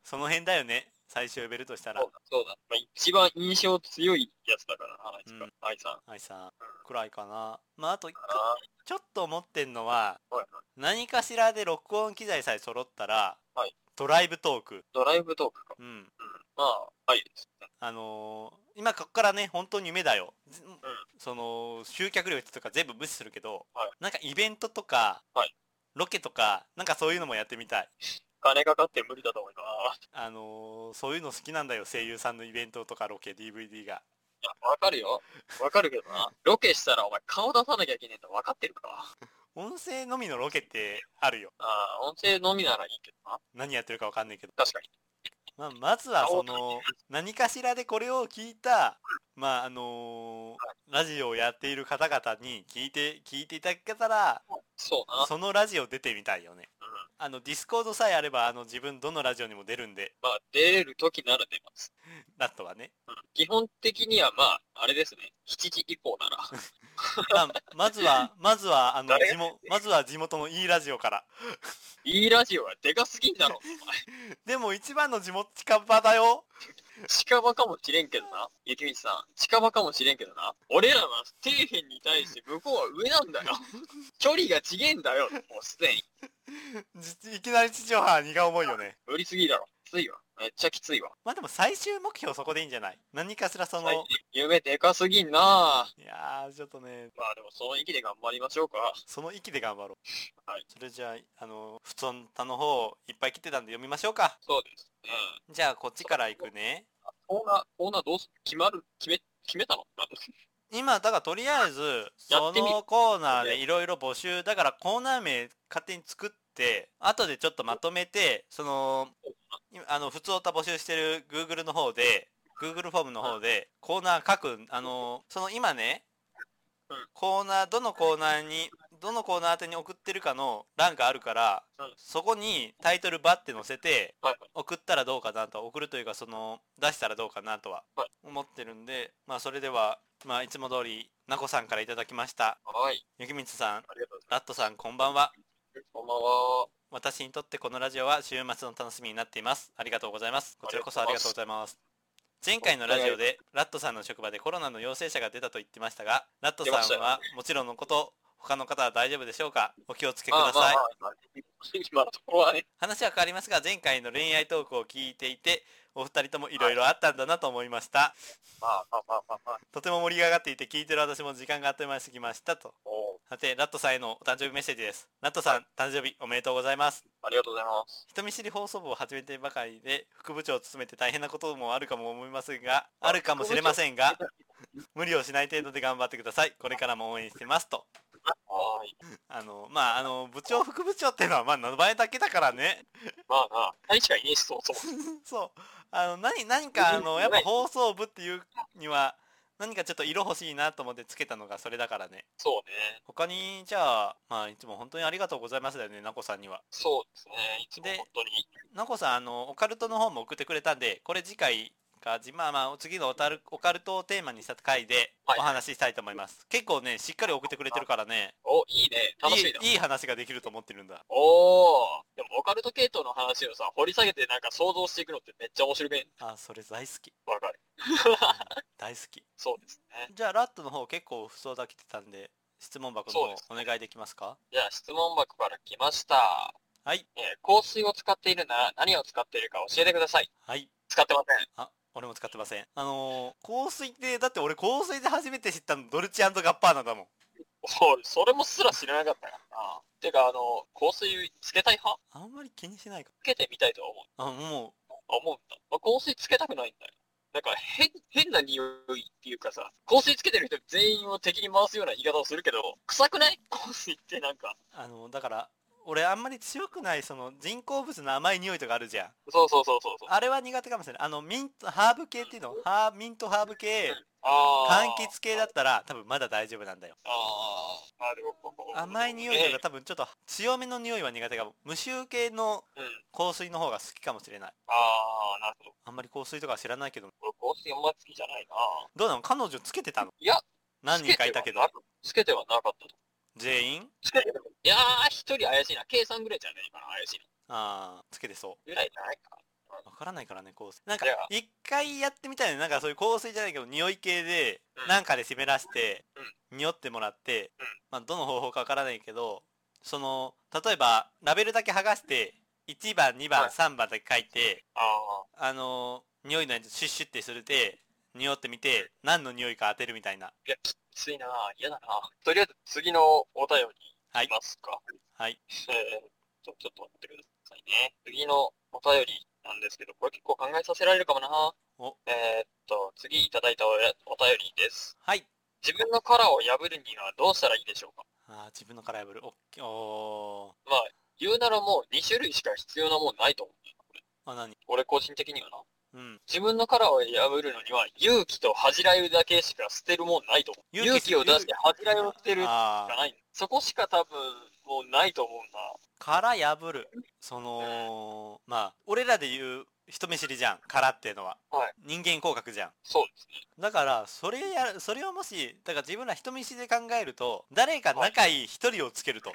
その辺だよね。最終呼べるとしたら
そう。だ、そうだ。まあ、一番印象強いやつだからな、あいつ
う
が
ん。
愛さん。
愛さん、くらいかな。まあ、あと、ちょ
ああ、
ちょっと思ってんのは、
はいはい。
何かしらで録音機材さえ揃ったら、
はい
ドライブトーク。
ドライブトークか。
うん。
うん。まあ、ありですね。
あのー今こっからね、本当に夢だよ。ずその、集客量とか全部無視するけど、
はい
なんかイベントとか、
はい
ロケとか、なんかそういうのもやってみたい。
金かかって無理だと思います。
あのーそういうの好きなんだよ、声優さんのイベントとかロケ、DVD が。
いや、わかるよ。わかるけどな。ロケしたらお前顔出さなきゃいけねえんだ。わかってるか。
音声のみのロケってあるよ。
ああ、音声のみならいいけどな。
何やってるかわかんないけど。
確かに。
まあ、まずは
あ
そ
音
の、何かしらでこれを聞いた、まあ、あのーラジオをやっている方々に聞いて、聞いていただけたら、
そうだな。
そのラジオ出てみたいよね。
うん。
あの、ディスコードさえあれば、あの、自分どのラジオにも出るんで、
まあ、出れる時なら出ます。
ラットはね。
うん基本的にはまあ、あれですね。7時以降なら。 [laughs]
まあ、まずは、まずは、あの、
誰が
地元、まずは地元のいいラジオから。
いいラジオはでかすぎんだろ。お前
でも一番の地元近場だよ。
近場かもしれんけどな。ゆきみちさん、近場かもしれんけどな。俺らは底辺に対して向こうは上なんだよ。
[laughs]
距離がちげえんだよ。もうすでに。
じいきなり地上波は荷が重いよね。
無理すぎだろ。きついわ。めっちゃきついわ。
まあでも最終目標そこでいいんじゃない何かしらその、
はいい、夢でかすぎんなあ
やー、ちょっとね、
まあでもその域で頑張りましょうか。
その息で頑張ろう。
はい。
それじゃあ、あの、布団たの方、いっぱい来てたんで読みましょうか。
そうですね。
じゃあ、こっちから行くね。
コーナー、コーナーどうす決まる決め、決めたのあ
今、だからとりあえず、
や
そ
ってみる
のコーナーでいろいろ募集、だからコーナー名勝手に作って、後でちょっとまとめて、その、今あの、普通歌募集してる Google の方で、Google フォームの方で、コーナー書く、あの、その今ね
うん、
コーナー、どのコーナーに、どのコーナー宛てに送ってるかの欄があるから
うん、
そこにタイトルバッて載せて、
はいはい。
送ったらどうかなと送るというかその出したらどうかなとは
はい
思ってるんで、まあそれではまあいつも通りなこさんからいただきました
はい。
雪光さん
ありがとうござい
ラットさんこんばんは
ます。こんばんは。
私にとってこのラジオは週末の楽しみになっていますありがとうございますこちらこそありがとうございます前回のラジオでラットさんの職場でコロナの陽性者が出たと言ってましたがラット
出まし
さ
た
ん
よ
はもちろんのこと他の方は大丈夫でしょうかお気をつけく
ま
だ
あまあ
さい
まあまあ、今のところはね、
話は変わりますが前回の恋愛トークを聞いていてお二人ともいろいろあったんだなと思いました、
まあまあまあまあまあ、
とても盛り上がっていて聞いてる私も時間があっという間に過ぎましたと
おう
さてラットさんへのお誕生日メッセージですラットさん誕生日おめでとうございます
ありがとうございます。
人見知り放送部を始めてばかりで副部長を務めて大変なこともあるかも思いますがあるかもしれませんが無理をしない程度で頑張ってくださいこれからも応援してますと
はい。
あのまああの部長副部長っていうのはまあ名前だけだからね
まあな、何しかいねえし、そうそう。
そう。あの、何、何か、あの、やっぱ
はい
放送部っていうには、何かちょっと色欲しいなと思ってつけたのがそれだからね。
そうね。
他に、じゃあ、まあ、いつも本当にありがとうございますだよね、なこさんには。
そうですね。いつも
で
本当に。
なこさん、あの、オカルトの方も送ってくれたんで、これ次回か、じまあまあ、次のオタルオカルトをテーマにした回でお
はい
話ししたいと思います。結構ね、しっかり送ってくれてるからね、
お、いいね。楽しみだ。
いいいい話ができると思ってるんだ。
おー。でも、オカルト系統の話をさ、掘り下げてなんか想像していくのってめっちゃ面白くね。
あ、それ大好き。
わかる。 [laughs]
大好き。
そうですね。
じゃあ、ラットの方結構不相だ来てたんで、質問箱の
そうで
方お願いできますか
じゃあ、質問箱から来ました。
はい。
えー香水を使っているなら何を使っているか教えてください。
はい。
使ってません。
あ、俺も使ってません。あのー、香水って、だって俺香水で初めて知ったのドルチアンドガッパーナだもん。
俺、それもすら知らなかったからな。てか、あの、香水つけたい派
あんまり気にしないか。
つけてみたいとは思う。
あ、も
あ思うんだ。まあ、香水つけたくないんだよ。なんか変、変な匂いっていうかさ、香水つけてる人全員を敵に回すような言い方をするけど、臭くない [laughs] 香水ってなんか。
あのだから俺あんまり強くないその人工物の甘い匂いとかあるじゃん
そうそうそうそうそう。
あれは苦手かもしれないあのミントハーブ系っていうのハーミントハーブ系
あ
柑橘系だ
あ
ったら多分まだ大丈夫なんだよ
あー。あでもここ
甘い匂いと
え
か多分ちょっと強めの匂いは苦手かも無臭系の
えうん。
香水の方が好きかもしれない
ああ、なるほど。
あんまり香水とかは知らないけど
俺、香水あんま好きじゃないな。
どうなの彼女つけてたの
いや、
何人かいたけど
つけてはなかったと。
全員
つけてはなかったいやー、一人怪しいな。計算ぐらいじゃない今の怪しいの。
ああつけてそう
ぐらいじゃないか。
わからないからね香水なんか
いや
一回やってみたいねなんかそういう香水じゃないけど匂い系で
うん
なんかで湿らして匂ってもらって
うん、
まあ、どの方法かわからないけどその例えばラベルだけ剥がして1番2
は
番
い
3番だけ書いて
ああ。
あのー匂いのやつシュッシュってするで匂ってみて何の匂いか当てるみたいない
や、きついな嫌だなとりあえず次のお便り
はい
いきますか。
はい
えーっと、ちょっと待ってくださいね。次のお便りなんですけど、これ結構考えさせられるかもな
お
えーっと、次いただいたおやお便りです。
はい
自分の殻を破るにはどうしたらいいでしょうか
あー自分の殻破るおっきお
まあ、言うならもう2種類しか必要なもんないと思う。
ーあ何
俺個人的にはな。
うん
自分の殻を破るのには勇気と恥じらいだけしか捨てるもんないと思う。勇
勇気
気を出して恥じらいを捨てるし
あ
か
ー
ないの。そこしか多分もうないと思うな。
殻破るそのまあ俺らで言う人見知りじゃん殻っていうのは、
はい
人間広角じゃん
そうですね。
だからそれやそれをもしだから自分ら人見知りで考えると誰か仲いい一人をつけると、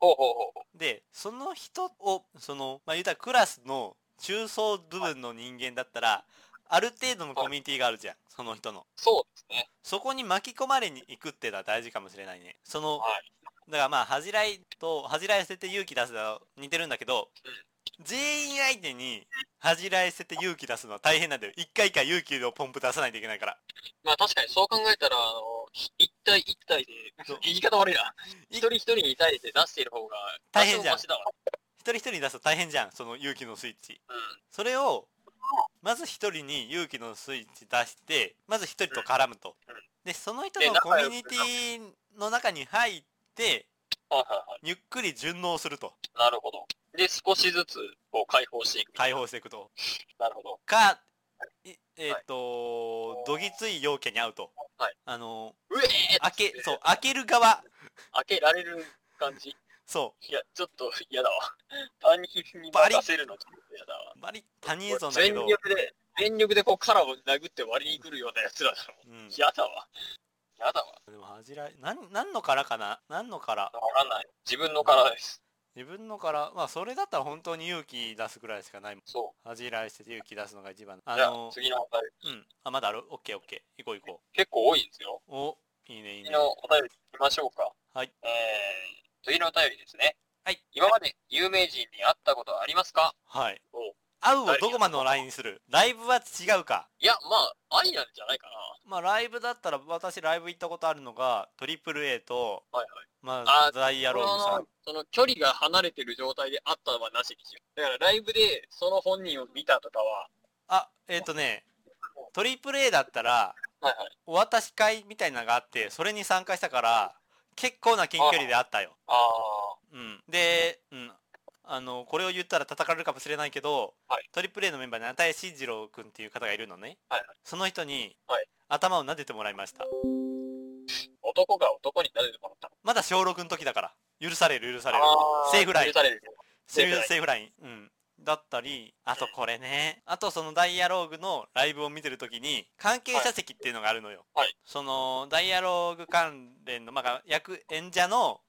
ほうほうほうほう。
でその人をそのまあ言うたらクラスの中層部分の人間だったら、ある程度のコミュニティがあるじゃんその人の
そうですね。
そこに巻き込まれに行くっていうのは大事かもしれないねその
はい。
だからまあ恥じらいと恥じらい捨てて勇気出すのは似てるんだけど、全員相手に恥じらい捨てて勇気出すのは大変なんだよ一回一回勇気をポンプ出さないといけないから
まあ確かにそう考えたら、あの、ひ一体一体で
[laughs] そう、
言い方悪いな。
い
一人一人に対して出している方が、
大変じゃん
多少マシだわ
一人一人に出すと大変じゃんその勇気のスイッチ
うん。
それをまず一人に勇気のスイッチ出してまず一人と絡むと
うんうん
でその人
で
のコ
仲
ミ
良
ュ
く
ニティの中に入って
はいはいは
ゆっくり順応すると
い。なるほど。で、少しずつ、こう、解放していく。
解放していくと
なるほど。
かいえっ、と、どぎつい要件に合うと、
はい
あの
うえー
開け、そう、開ける側。
開けられる感じ。
そ
いや、ちょっと嫌だわ。 [laughs] 他人に任せるのちょっと嫌だわ
う。バリ他人像。だけ
全
ど、
力で、全力でこう、殻を殴って割りに来るような奴らだろ。
うん。
嫌だわ。嫌だわ。
でも恥じらい、なん、何の殻かな何の殻
わからない。自分の殻です。
自分の殻。まあ、それだったら本当に勇気出すぐらいしかないもん。
そう。
恥じらいしてて勇気出すのが一番。
じゃ
あ
あ
の、
次のお便り、
うん。あ、まだあるオッケーオッケー。行こう行こ
結構多いですよ。
う。お、いいねいいね。
次のお便り行きましょうか。
はい。
えー、次のお便りですね。
はい。
今まで有名人に会ったことはありますか
はい。
お
会うをどこまでのラインにするライブは違うか。
いや、まあ、ありなんじゃないか
まあ、ライブだったら、私ライブ行ったことあるのが、トリプル a と、
な。はい
ま
あ
あ、ダイアローグ
は
さ
い
ん。。
その距離が離れてる状態で会ったのはなしにしよう。だからライブでその本人を見たとかは、
あ、えっ、とね、トリプル a だったら、
はいはい。
お渡し会みたいなのがあってそれに参加したから結構な近距離であったよ、
ああ、
うん、で、うん、あのこれを言ったら叩かれるかもしれないけど、
はい
トリプル a のメンバーに与え慎次郎君っていう方がいるのね、
はいは
その人に、
はい
頭を撫でてもらいました
男が男になれてもらったの。
まだ小6の時だから許される許される
あー
セーフライン
許される
セー
セーフライン
フセーフライン、うん、だったりあとこれねあとそのダイアローグのライブを見てる時に関係者席っていうのがあるのよ、
はい
そのダイアローグ関連の、まあ、役演者の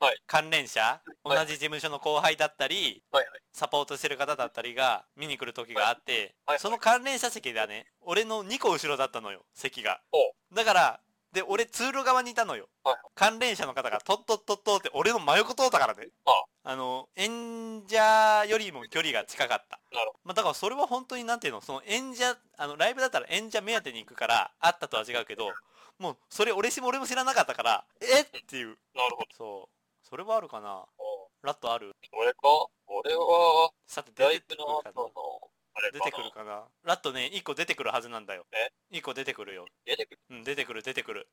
はい
関連者、
はい
同じ事務所の後輩だったり
はいはい。
サポートしてる方だったりが見に来る時があって、
はいはい
その関連者席だね俺の2個後ろだったのよ席が
ほ
だからで俺通路側にいたのよ、
はい
関連者の方がトットットットって俺の真横通ったからね
あ
あの演者よりも距離が近かった
なるほ
まあ、だからそれは本当になんていうのその演者あのライブだったら演者目当てに行くからあったとは違うけどもうそれ俺しも俺も知らなかったからえっていう
ど。なるほ
そうそれはあるかな
ど。
ラットある
俺か俺は、
さて
ラ
出
イ
て
ブ
くる
の後
か
の、あれれ
出てくるかなラットね1個出てくるはずなんだよ
え
1個出てくるよ
出てくる。
うん出てくる出てくる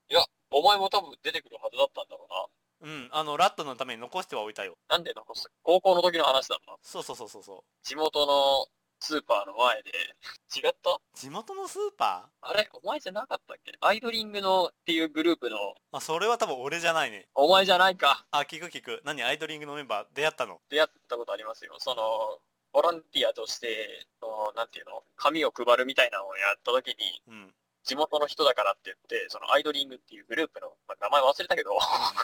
お前も多分出てくるはずだったんだろう
うんあのラットのために残してはおいたよ
な。なんで残した高校の時の話だろうな。
そうそうそうそうそう
地元のスーパーの前で、違った
地元のスーパ
あれお前じゃなかったっけアイドリングのっていうグループの、
ーあそれは多分俺じゃないね
お前じゃないか。
あ聞く聞く何アイドリングのメンバー出会ったの
出会ったことありますよ。その、ボランティアとして、その、なんていうの紙を配るみたいなのをやった時に、
うん
地元の人だからって言って、そのアイドリングっていうグループの、まあ名前忘れたけど、 [laughs]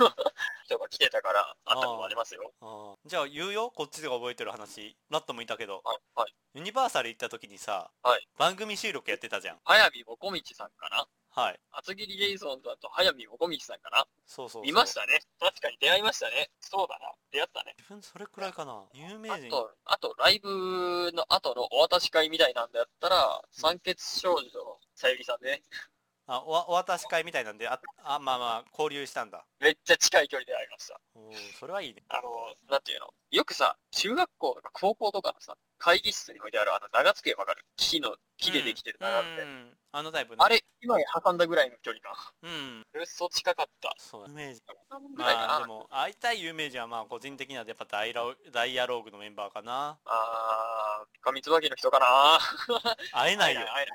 人が来てたから、会ったことありますよ。
あーじゃあ言うよこっちが覚えてる話ラットもいたけど
はい。はい。
ユニバーサル行った時にさ、
はい
番組収録やってたじゃん
早見もこみちさんかな
はい
厚切りゲイソンだと早見もこみちさんかな
そうそうそう
いましたね。確かに出会いましたね。そうだな。出会ったね。
自分それくらいかな有名
あ
人
と、あと、ライブの後のお渡し会みたいなんだったら、酸欠少女のさゆりさんね。
あおお渡し会みたいなんでああまあまあ交流したんだ
めっちゃ近い距離で会いました。
おーそれはいいね
あの、なんていうのよくさ、中学校とか高校とかのさ、会議室に置いてあるあの長机わかる木の、木でできてる長
う
机。
んあのタイプね
あれ、今に挟んだぐらいの距離か。
うん
嘘近かった。
そうだ有名人
ぐらいか
まあ
な
で。も会いたい有名人はまあ個人的にはやっぱダイラダイアローグのメンバーかな
あー、上椿の人かな
会えないよ
会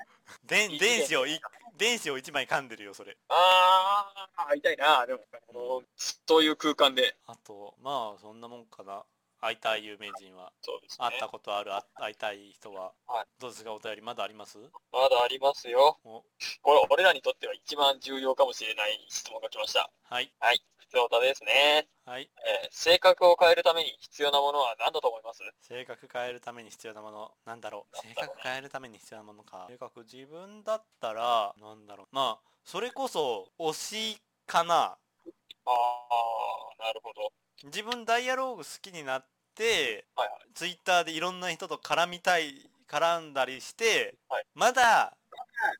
え
で
ない会えない
電子をい電子を一枚噛んでるよそれ
あー、会いたいな。でも、あの、そういう空間で。
あとまあそんなもんかな会いたい有名人は
そうですね。
会ったことあるあ会いたい人は、
はい
どうですかお便りまだあります
まだありますよ。
お
これ、俺らにとっては一番重要かもしれない質問が来ました。
はい
普通歌ですね。
はい
えー性格を変えるために必要なものは何だと思います
性格変えるために必要なものなんだろう性格変えるために必要なものか性格自分だったらなんだろうまあそれこそ推しかな
あー、なるほど。
自分ダイアローグ好きになって
はいはい。
ツイッターでいろんな人と絡みたい絡んだりして、
はい
まだ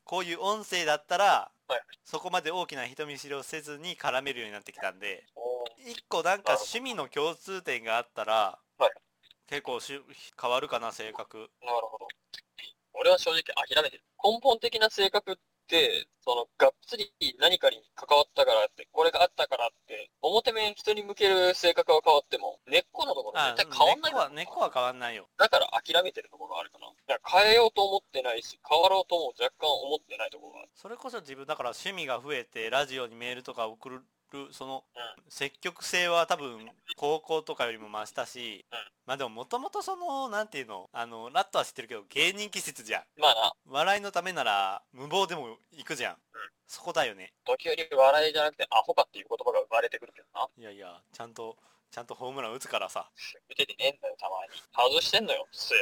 こういう音声だったら、
はい
そこまで大きな人見知りをせずに絡めるようになってきたんで
おー
一個なんか趣味の共通点があったら、
はい
結構し変わるかな性格
なるほど。俺は正直諦めてる。根本的な性格って、その、がっつり何かに関わったからって、これがあったからって、表面人に向ける性格は変わっても、根っこのところ
あ
絶対変わん
根
ない
っこは根っこは変わんないよ
だから諦めてるところがあるかな。だから変えようと思ってないし、変わろうとも若干思ってないところがある。
それこそ自分だから趣味が増えてラジオにメールとか送るその積極性は多分高校とかよりも増したし、
うん
まあでももともとそのなんていうのあのラットは知ってるけど芸人気質じゃん
まあな、
笑いのためなら無謀でも行くじゃん、そこだよね
時折笑いじゃなくてアホかっていう言葉が生まれてくるけどな。
いやいやちゃんとちゃんとホームラン打つからさ
見ててねえんだよ、たまに。外してんのよ、そや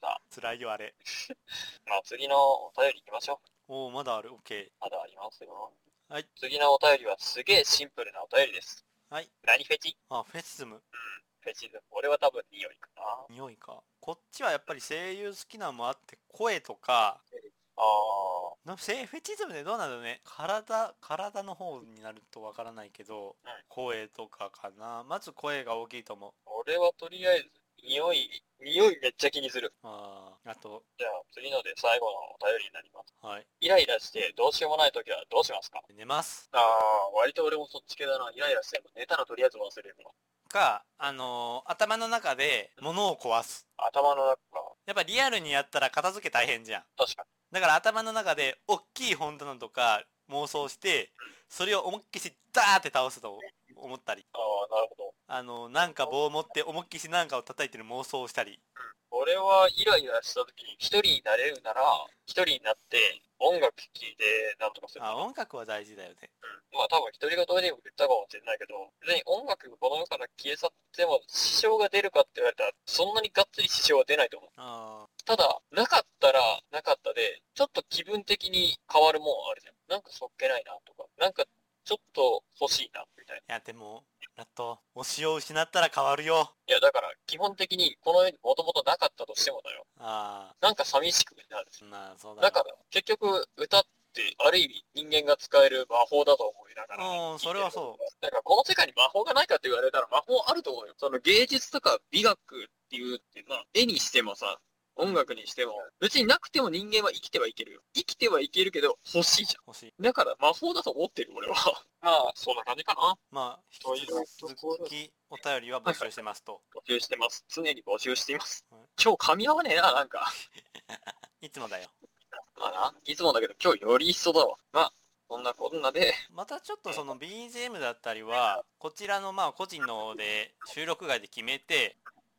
さあ、
辛いよあれ
[laughs] まあ次のお便り行きましょう。
おおまだある OK
まだありますよ。
はい。
次のお便りはすげえシンプルなお便りです。
はい。
何フェチ
あフェチズム
フェチズム。俺は多分匂いかな。あ
匂いかこっちはやっぱり声優好きなのもあって声とか
あ。
なセフェチズムでどうなんだろうね体体の方になるとわからないけど、
うん
声とかかなまず声が大きいと思う
俺はとりあえず、匂い、匂いめっちゃ気にする。
あーあと
じゃあ次ので最後のお便りになります。
はい
イライラしてどうしようもないときはどうしますか
寝ます
ああ、割と俺もそっち系だな。イライラしても寝たらとりあえず忘れるの。
かあのー頭の中で物を壊す
頭の中が、
やっぱリアルにやったら片付け大変じゃん
確か
だから頭の中で大きい本棚とか妄想してそれを思いっきしダーって倒すと思ったり
に。ああ、なるほど。
あのーなんか棒を持って思いっきしなんかを叩いてる妄想をしたり
俺はイライラしたときに一人になれるなら、一人になって音楽聴いてなんとかする。
あ音楽は大事だよね
まあ多分独り言でも言ったかもしれないけど、別に音楽がこの世から消え去っても支障が出るかって言われたら、そんなにがっつり支障は出ないと思う。
ああ
ただ、なかったらなかったで、ちょっと気分的に変わるもんあるじゃん。なんかそっけないなとか、なんかちょっと欲しいな、みたいな。
いやでもラット推しを失ったら変わるよ
いやだから基本的にこの世にもともとなかったとしてもだよ。
あ
なんか寂しくなるし
あまあそうだ
だから、結局、歌って、ある意味人間が使える魔法だと思いながら。。
うんそれはそう
だから、この世界に魔法がないかって言われたら、魔法あると思うよ。その芸術とか美学っていうって、まあ、絵にしてもさ、音楽にしても、別になくても人間は生きてはいけるよ。生きてはいけるけど、欲しいじゃ
欲しい。
ん。だから魔法だと思ってる、俺は。まあ、そんな感じかな。
まあ、
そうい
引き
うところ
続きお便りは募集してますと。
募集してます。常に募集しています
はい。
今日噛み合わねえな、なんか。
いつもだよ。
まあな、いつもだけど今日より一層だわ。まあ、そんなこんなで、
またちょっとその BGM だったりは、こちらのまあ個人の方で収録外で決めて、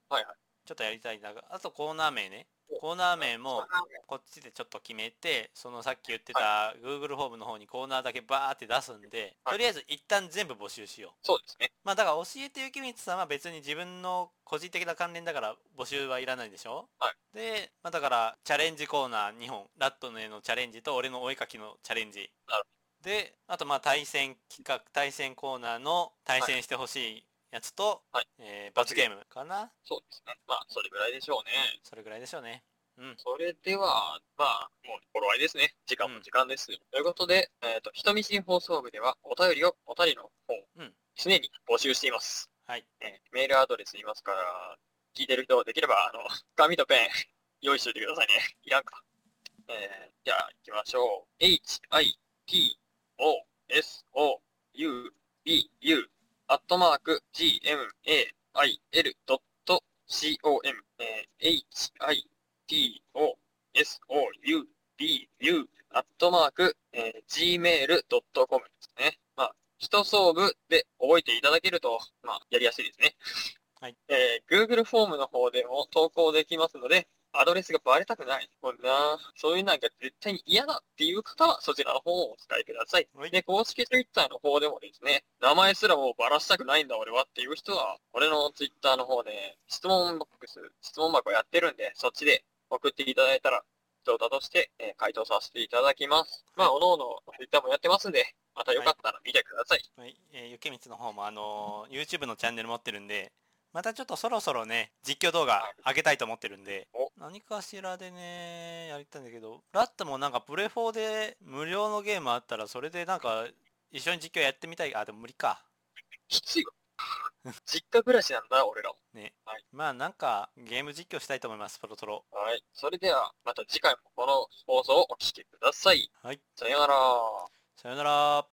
はいはい。
ちょっとやりたいな。あとコーナー名ね。コーナー名もこっちでちょっと決めて、そのさっき言ってた Google ホームの方にコーナーだけバーって出すんで、
はい
とりあえず一旦全部募集しよう。
そうですね。
まあだから教えて雪光さんは別に自分の個人的な関連だから募集はいらないんでしょ
はい
で、まあだからチャレンジコーナー2本、ラットの絵のチャレンジと俺のお絵かきのチャレンジ
なる。
で、あとまあ対戦企画、対戦コーナーの対戦してほしいやつと、
はい
えー罰ゲームかな
そうですね。まあ、それぐらいでしょうね。
それぐらいでしょうね。うん。
それでは、まあ、もう頃合いですね。時間も時間です。ということで、えっ、と、人見知り放送部ではお便りを、お便りの方、
うん
常に募集しています。
はい。
えーメールアドレス言いますから、聞いてる人、できれば、あの、 [laughs] 紙とペン、用意しておいてくださいね。いらんか。えーじゃあ、行きましょう。h, i, t, o, s, o, u, b, u, アットマーク、g, m, a, i, l, ドット、c, o, m, えー h, i, t, o, s, o, u, b, u, アットマーク、えー gmail.com ですね。まあ、人相部で覚えていただけると、まあ、やりやすいですね。
はい。
えー Google フォームの方でも投稿できますので、アドレスがバレたくない。もうな、そういうなんか絶対に嫌だっていう方は、そちらの方をお使いください。
はい
で、公式 Twitter の方でもですね、名前すらもうバラしたくないんだ俺はっていう人は、俺の Twitter の方で質問ボックス、質問箱やってるんで、そっちで送っていただいたら、動画として、えー回答させていただきます。まあ、おのおの Twitter もやってますんで、またよかったら見てください。
はい、えー、ゆけみつの方もあのー YouTube のチャンネル持ってるんで、またちょっとそろそろね、実況動画上げたいと思ってるんで
お、
何かしらでね、やりたいんだけど、ラットもなんかプレ4で無料のゲームあったら、それでなんか一緒に実況やってみたい。あ、でも無理か。
きついわ。実家暮らしなんだ、俺らも。
ね。
はい
まあなんかゲーム実況したいと思います、そろそろ。
はい。それでは、また次回もこの放送をお聞きください。
はい、
さようなら。
さよなら。